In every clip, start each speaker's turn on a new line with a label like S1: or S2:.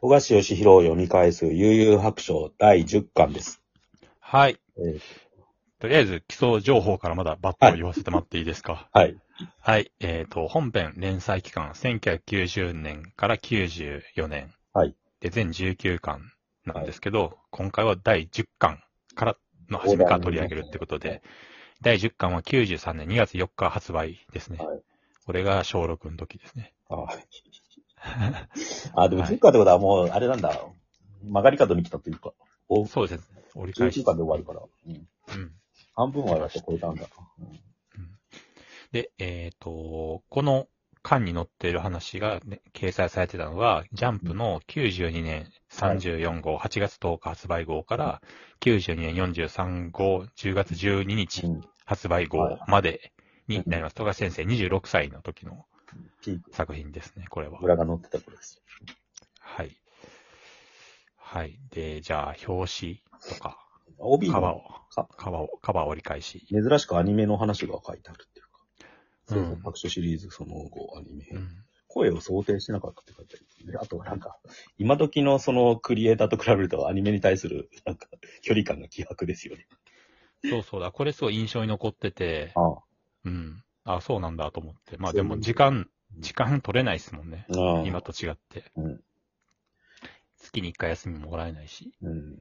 S1: 富樫義弘を読み返す悠々白書第10巻です。
S2: はい。
S1: えー
S2: とりあえず、基礎情報からまだバッと言わせてもらっていいですか。
S1: はい。
S2: はい。えっ、と、本編連載期間、1990年から94年。
S1: はい。
S2: で、全19巻なんですけど、今回は第10巻からの初めから取り上げるってことで、第10巻は93年2月4日発売ですね。
S1: はい
S2: これが小6の時ですね。
S1: ああ、でも10巻ってことはもう、あれなんだ。曲がり角に来たというか、お
S2: そうですね。折り返し
S1: 19。巻で終わるから。うん
S2: うん。
S1: 半分はやっぱ超えたんだ。
S2: で、えっ、と、この巻に載っている話がね、掲載されてたのは、ジャンプの92年34号、8月10日発売号から、92年43号、10月12日
S1: うん
S2: 発売号までになります。富樫先生26歳の時の
S1: ピーク。
S2: 作品ですね、これは。
S1: 裏が乗ってた頃です。
S2: はい。はい。で、じゃあ、表紙とか、
S1: 帯
S2: カバー
S1: も
S2: を
S1: か、
S2: カバーを、カバー折り返し。
S1: 珍しくアニメの話が書いてあるっていうか。そうそう
S2: うん
S1: 白書シリーズその後、アニメ編。
S2: うん。
S1: 声を想定してなかったって書いてある。であとはなんか、今時のそのクリエイターと比べるとアニメに対するなんか距離感が希薄ですよね。
S2: そうそうだ。これすごい印象に残ってて、
S1: ああ。
S2: うん。あ、そうなんだと思って。まあ
S1: そうい
S2: で
S1: う
S2: も時間、
S1: うん
S2: 時間取れないですもんね。
S1: ああ
S2: 今と違って。
S1: うん
S2: 月に一回休みももらえないし、
S1: うん。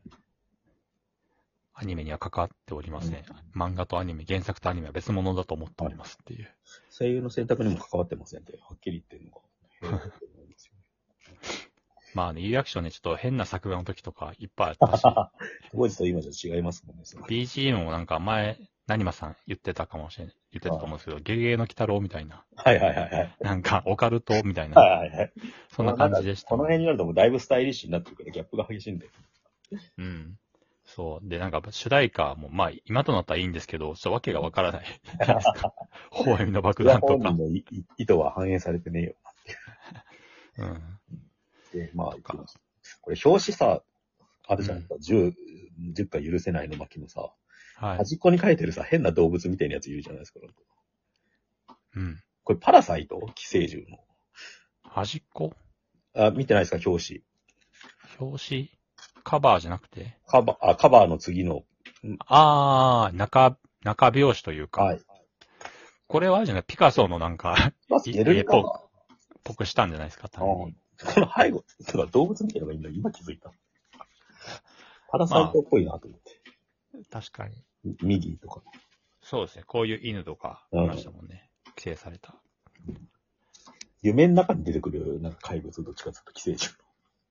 S2: アニメには関わっておりません。漫画とアニメ、原作とアニメは別物だと思っておりますっていう。
S1: 声優の選択にも関わってませんって、はっきり言ってるのが。
S2: まあね、有楽町ね、ちょっと変な作画の時とかいっぱいあったし、
S1: 当時と今じゃ違いますもんね。 その
S2: BGM もなんか前、何まさん言ってたかもしれない。言ってたと思うんですけど、ゲゲゲの鬼太郎みたいな、
S1: はいはいはいはい。
S2: なんかオカルトみたいな、
S1: はいはいはい。
S2: そんな感じでした。
S1: この辺になるともうだいぶスタイリッシュになってるからギャップが激しいんで。
S2: うん。そう。で、なんか、主題歌も、まあ、今となったらいいんですけど、ちょっとわけがわから ない。微笑みの爆弾と
S1: 本
S2: か
S1: 人。のいい意図は反映されてねえよ
S2: うん。
S1: なって。まあ
S2: とか、
S1: これ表紙さ、あるじゃないですか。10、10回許せないの巻のさ、
S2: はい。
S1: 端っこに書いてるさ、変な動物みたいなやついるじゃないですか。
S2: うん。
S1: これパラサイト寄生獣の。
S2: 端っこ
S1: あ、見てないですか表紙。
S2: 表紙カバーじゃなくて
S1: カバー、あ、カバーの次の。
S2: あー、中、中拍子というか。
S1: はい。
S2: これはあれじゃないピカソのなんか、
S1: まず、ゲルニカ
S2: えっ
S1: か。
S2: ぽくしたんじゃないですか、単
S1: う
S2: に
S1: ん。この背後、とか動物みたいなのがいいの今気づいた。パラサイトっぽいなと思って。
S2: 確かに。
S1: ミギーとか。
S2: そうですね。こういう犬とか、いましたもんね。規制された。
S1: 夢の中に出てくる、なんか怪物どっちかずっと寄生獣。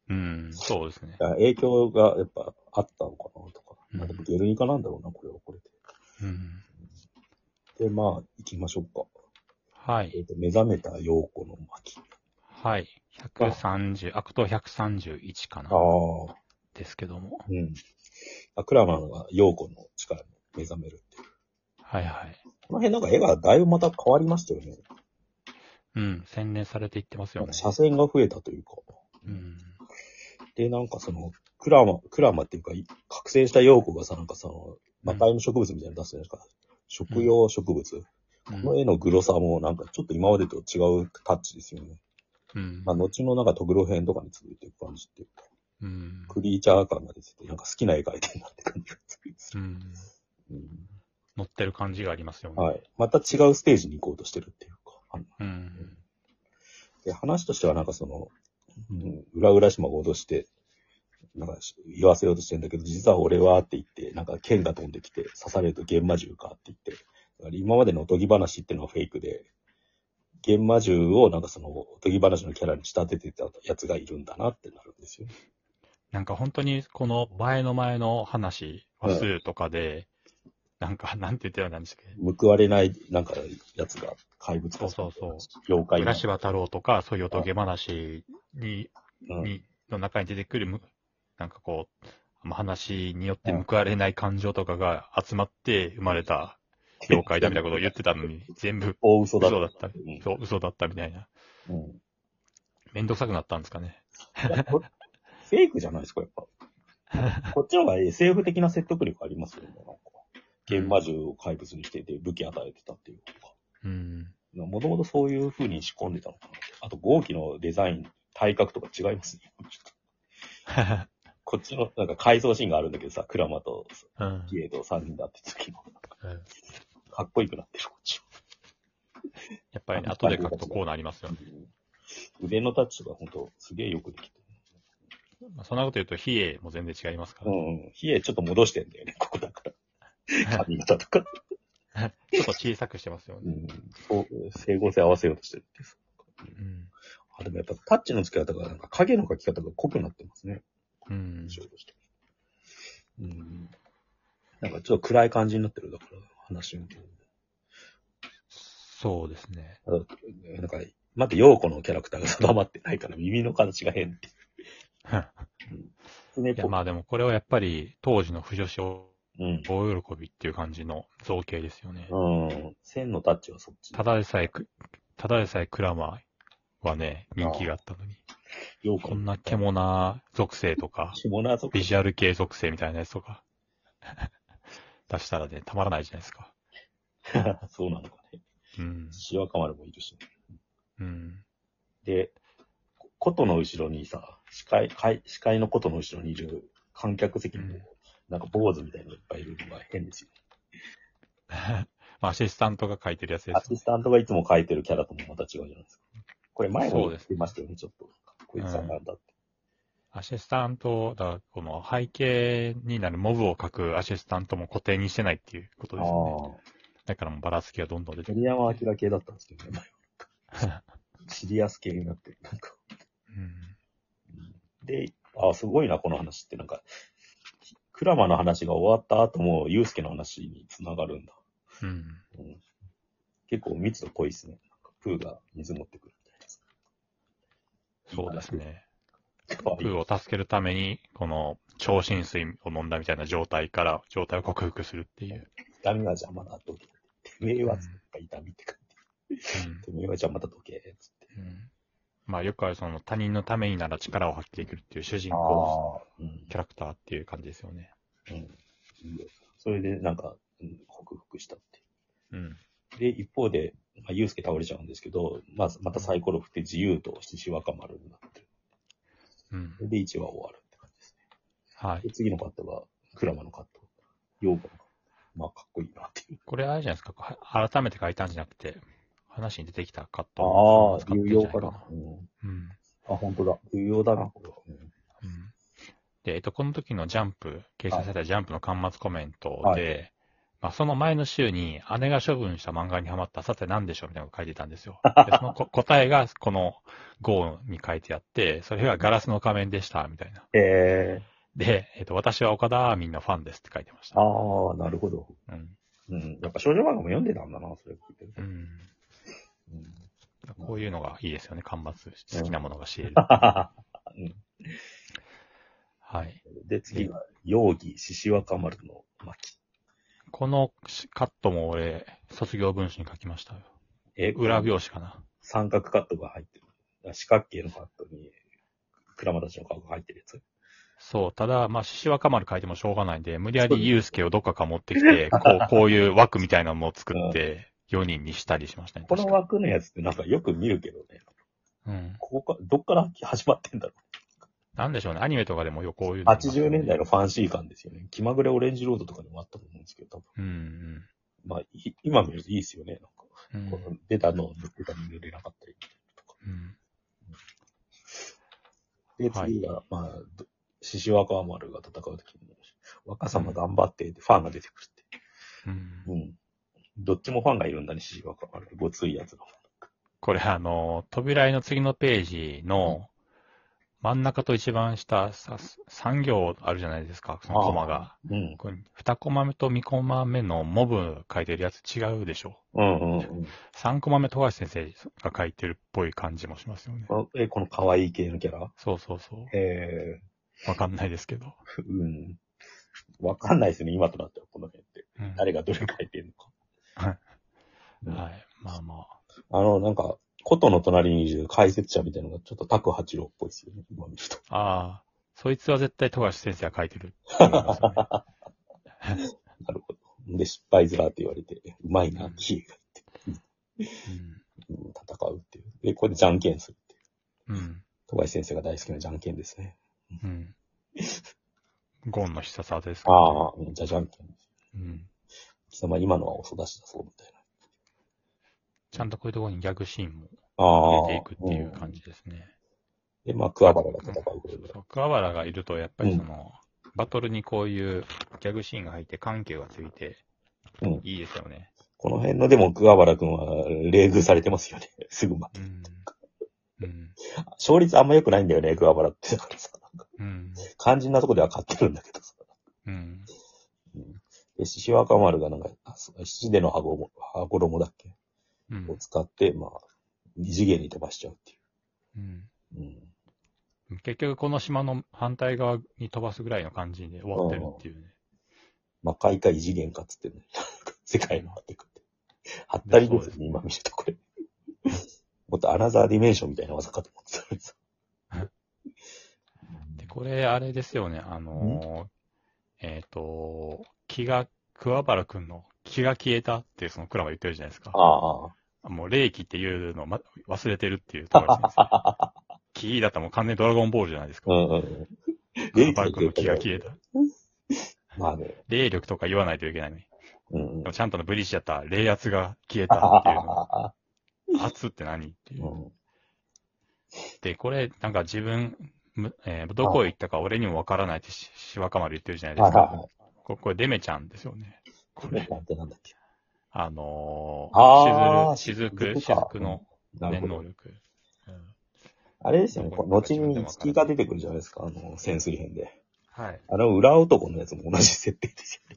S2: うん、そうですね。
S1: だから影響がやっぱあったのかなとか。
S2: うん
S1: まあでもゲルニカなんだろうな、これはこれ
S2: うん。
S1: で。で、まあ、行きましょうか。
S2: はい
S1: え。っ、と、目覚めた陽子の巻。
S2: はい。130、アクト131かな
S1: ああ、、
S2: ですけども。
S1: うん。あ、クラマンが陽子の力に目覚めるっていう。
S2: はいはい。
S1: この辺なんか絵がだいぶまた変わりましたよね。
S2: うん、洗練されていってます
S1: な
S2: よ
S1: んか
S2: ね。
S1: 車線が増えたというか。
S2: うん。
S1: で、なんかその、クラマ、クラマっていうか、い覚醒した陽子がさ、なんかその、魔界の植物みたいなの出すじゃないですか。食用植物。
S2: う
S1: この
S2: ん。
S1: 絵のグロさもなんかちょっと今までと違うタッチですよね。
S2: うん
S1: まあ、後のなんかトグロ編とかに続いていく感じっていうか、
S2: うん。
S1: クリーチャー感が出てて、なんか好きな絵描いてるなって感じがするんです
S2: う
S1: よ
S2: ん。
S1: うん
S2: 乗ってる感じがありますよね。
S1: はい。また違うステージに行こうとしてるっていうか。あの
S2: うん。
S1: で話としてはなんかその、うん、裏浦島を脅して、なんか言わせようとしてんだけど、実は俺はって言って、なんか剣が飛んできて、刺されると玄魔獣かって言って、だから今までのおとぎ話っていうのはフェイクで、玄魔獣をなんかそのおとぎ話のキャラに仕立ててたやつがいるんだなってなるんですよ。
S2: なんか本当に、この前の前の話、話数とかで、なんか、 なんて言ったらいいんですけど、
S1: 報われない、なんか、やつが怪物化する
S2: そうそう
S1: 妖怪
S2: 浦
S1: が。
S2: 島太郎とか、そういうおとげ話に、
S1: うん
S2: に、の中に出てくるむ、なんかこう、まあ話によって報われない感情とかが集まって生まれた妖怪だみたいなことを言ってたのに、全部
S1: 大嘘だ
S2: 嘘だった。
S1: うん
S2: そう、嘘だったみたいな。
S1: うん
S2: めんどくさくなったんですかね。
S1: いや これフェイクじゃないですか、やっぱ。こっちの方が SF 的な説得力ありますよね、なんか。現魔獣を怪物にしてて武器与えてたっていうか。
S2: うん。
S1: もともとそういう風に仕込んでたのかなって。あと、号機のデザイン、体格とか違いますね。こっちの、なんか回想シーンがあるんだけどさ、クラマと
S2: うん。
S1: ピエと3人だって時の、
S2: うん
S1: かっこよくなってる、こっち
S2: やっぱりね、後で書くとこうなりますよ
S1: は
S2: ね。
S1: 腕のタッチが本当すげえよくできて
S2: まあそんなこと言うと、比叡も全然違いますか
S1: る。う
S2: ら。
S1: んうん。冷えちょっと戻してんだよね、ここだ から。髪型とか。
S2: ちょっと小さくしてますよ
S1: う
S2: ね。
S1: ん。そう整合性合わせようとしてるってさ。
S2: うん。
S1: あ、でもやっぱタッチの付け方が、なんか影の描き方が濃くなってますね。
S2: うん。
S1: 印象として。うん。なんかちょっと暗い感じになってる、だから、話も。
S2: そうですね。
S1: あとなんか、まだ陽子のキャラクターが定まってないから、耳の形が変っていう。狐っ
S2: いや、
S1: ぽく
S2: まあでもこれはやっぱり、当時の不女子を
S1: うん。
S2: 大喜びっていう感じの造形ですよね。
S1: うん。線のタッチはそっち。
S2: ただでさえく、ただでさえクラマーはね、人気があったのに。
S1: 陽子
S2: こんな獣な属性とか、
S1: 下な族
S2: ビジュアル系属性みたいなやつとか、 出したらね、たまらないじゃないですか。
S1: そうなのかね。
S2: うん。
S1: シワカマルもいるし。
S2: うん。
S1: で、こ琴の後ろにさ、視界、会視界の琴の後ろにいる観客席にも
S2: うん
S1: なんか坊主みたいなのがいっぱいいるのが変ですよ。
S2: まあ、アシスタントが書いてるやつで
S1: ア
S2: す
S1: シスタントがいつも描いてるキャラともまた違うじゃないですか。これ前も
S2: そう
S1: 言
S2: で
S1: っ
S2: す
S1: てましたよね、ちょっと。こいつさんなんだって。
S2: アシスタント、だからこの背景になるモブを書くアシスタントも固定にしてないっていうことですよね。
S1: ああ。
S2: だからもうばらつきがどんどん出てく
S1: 鳥
S2: る。
S1: 山明系だったんですけどね、前は。シリアス系になってる。なんか。
S2: うん
S1: で、あ、すごいな、この話って。なんか、クラマの話が終わった後も、ユウスケの話に繋がるんだ。
S2: うん。
S1: うん結構密度濃いですね。なんかプーが水持ってくるみたいなやつ。
S2: そうですね。
S1: かわい
S2: プーを助けるために、この、超浸水を飲んだみたいな状態から、状態を克服するっていう。
S1: 痛みは邪魔だ、どけ。てめえは、つって痛みって感
S2: うん
S1: じ。てめえは邪魔だ、どけ。つって。
S2: うんまあ、よくあるその他人のためになら力を発揮できるっていう主人公
S1: あ。うん
S2: キ。ャラクターっていう感じですよね。
S1: うんいいよ。それで、なんか、うん克服したって。
S2: うん。
S1: で、一方で、まあ、ユウスケ倒れちゃうんですけど、まあ、またサイコロ振って自由と獅子若丸になってる。
S2: うん。
S1: それで1話終わるって感じですね。
S2: はい。
S1: で、次のカットが、クラマのカット。ヨーコのカット。まあ、かっこいいなっていう。
S2: これあれじゃないですか。は改めて書いたんじゃなくて、話に出てきたカットを
S1: あ
S2: 使
S1: あ、
S2: って
S1: 有
S2: るんじゃ
S1: 用
S2: ない
S1: か
S2: か
S1: な
S2: な。。うん。
S1: あ、本当だ。有用だな、これは。
S2: うんで、えっと、この時のジャンプ、掲載されたジャンプの端末コメントで、まあ、その前の週に姉が処分した漫画にハマった、さて何でしょうみたいなのが書いてたんで すよ。でそのこ答えがこの GO に書いてあって、それがガラスの仮面でした、みたいな。
S1: ええ
S2: で、えっと、私は岡田アーミンのファンですって書いてました。
S1: ああ、なるほど。
S2: うん。
S1: うん。やっぱ少女漫画も読んでたんだな、それ聞いてると
S2: う。ん。
S1: うん
S2: こういうのがいいですよね、間伐。好きなものが知れる。はい。
S1: で、次が、容疑、獅子若丸の巻。
S2: このカットも俺、卒業文集に書きましたよ。
S1: え
S2: 裏表紙かな。
S1: 三角カットが入ってる。四角形のカットに、クラマたちの顔が入ってるやつ。
S2: そう、ただ、まあ、獅子若丸書いてもしょうがないんで、無理やりユうスケをどっかから持ってき て、こう、こういう枠みたいなのも作って、4人にしたりしましたね。
S1: この
S2: 確か
S1: 枠のやつってなんかよく見るけどね。
S2: うん。
S1: ここか、どっから始まってん だろ
S2: なんでしょうね、アニメとかでもよこういう
S1: う。
S2: のありますよ
S1: 80
S2: ね
S1: 年代のファンシー感ですよね。気まぐれオレンジロードとかでもあったと思うんですけど、多分。
S2: うんうん。
S1: まあ、い今見るといいですよね。なんか
S2: うん
S1: この出たのを塗ってたの塗れなかったりとか。
S2: うん。
S1: で、
S2: はい
S1: 次が、まあ、ど獅子若丸が戦うときに、若様頑張って、ファンが出てくるっ
S2: うん
S1: て。うん。どっちもファンがいるんだね、獅子若丸。ごついやつの。
S2: これ、あの、扉絵の次のページの、真ん中と一番下、さ3行あるじゃないですか、そのコマが。
S1: うん。
S2: これ2コマ目と2コマ目のモブ書いてるやつ違うでしょ。
S1: うんうんうん
S2: 3コマ目、富樫先生が書いてるっぽい感じもしますよね。
S1: あ。え、この可愛い系のキャラ
S2: そうそうそ
S1: え
S2: う。わかんないですけど。
S1: ー、うん。わかんないですね、今となっては、この辺って。
S2: うん
S1: 誰がどれ書いてんのか。
S2: はい。まあまあ。
S1: あの、なんか、琴の隣にいる解説者みたいなのが、ちょっと拓八郎っぽいですよね、今見ると。
S2: ああ、そいつは絶対富樫先生が書いてるって思いますよね。
S1: なるほど。で、失敗ずらって言われて、うまいな、キーが言って、うん戦うっていう。で、これでじゃんけんするっていう。
S2: うん。うん。
S1: 富樫先生が大好きなじゃんけんですね。
S2: うん。ゴンの必殺技ですから、
S1: ああ、じゃじゃんみたいな。
S2: うん。
S1: 貴様、今のはお育ちだそうみたいな。
S2: ちゃんとこういうところにギャグシーンも
S1: あ
S2: 入れていくっていう感じですね。
S1: で、まあ、桑原が戦うこ
S2: そ
S1: と
S2: う
S1: で。
S2: そう。桑原がいると、やっぱりその、バトルにこういうギャグシーンが入って、緩急がついて
S1: うん、
S2: いいですよね。
S1: この辺のでも桑原くんは冷遇されてますよね。 すぐまた。
S2: うん。うん。
S1: 勝率あんま良くないんだよね、桑原って。だからさ、なんか
S2: うん。
S1: 肝心なとこでは勝ってるんだけどさ。
S2: うん。
S1: で、獅子若丸がなんか、あそう獅子での羽衣羽衣だっけ
S2: うん
S1: を使って、まあ、二次元に飛ばしちゃうってい
S2: うん。
S1: う。うん。
S2: 結局、この島の反対側に飛ばすぐらいの感じで終わってるっていうね。
S1: 魔界か異次元かっつってね。 世界の果てかって。はったりです
S2: そう
S1: ね、今見るとこれ。もっとアナザーディメンションみたいな技かと思ってたのにさ。
S2: で、これ、あれですよね、あのー、えっ、と、気が、桑原くんの気が消えたって、そのクラマ言ってるじゃないですか。
S1: あ
S2: もう霊気っていうのを、ま、忘れてるっていうところですね。 気だったらもう完全にドラゴンボールじゃないです
S1: あ、う
S2: か。
S1: んうんうん。
S2: 桑原くんの気が消えた。
S1: まあね、
S2: 霊力とか言わないといけないのに。
S1: うんうん
S2: でもちゃんとのブリッジだったら霊圧が消え
S1: あ
S2: たっていう の。
S1: あ、あ
S2: 圧って何っていうう。
S1: ん。
S2: で、これ、なんか自分、むえーどこへ行ったか俺にもわからないってし、しわかまで言ってるじゃないです
S1: はいはい
S2: か
S1: は。
S2: ここれ、デメちゃんですよね。こ
S1: メ
S2: れ、
S1: タってなんだっけ
S2: あの
S1: あー
S2: ー、しずる、しずく、
S1: 雫
S2: しず
S1: か
S2: くの
S1: なる
S2: 念
S1: ほ
S2: 能
S1: ど。
S2: 力。うん
S1: あれですよね、こう後
S2: なん
S1: に
S2: か
S1: 月が出てくるじゃないですか、あの、潜水編で。
S2: はい。
S1: あの、裏男のやつも同じ設定ですよ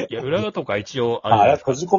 S1: ね。
S2: いや、裏とか一応、
S1: あ、
S2: あれ
S1: あ
S2: じゃないですか
S1: れ閉じ込め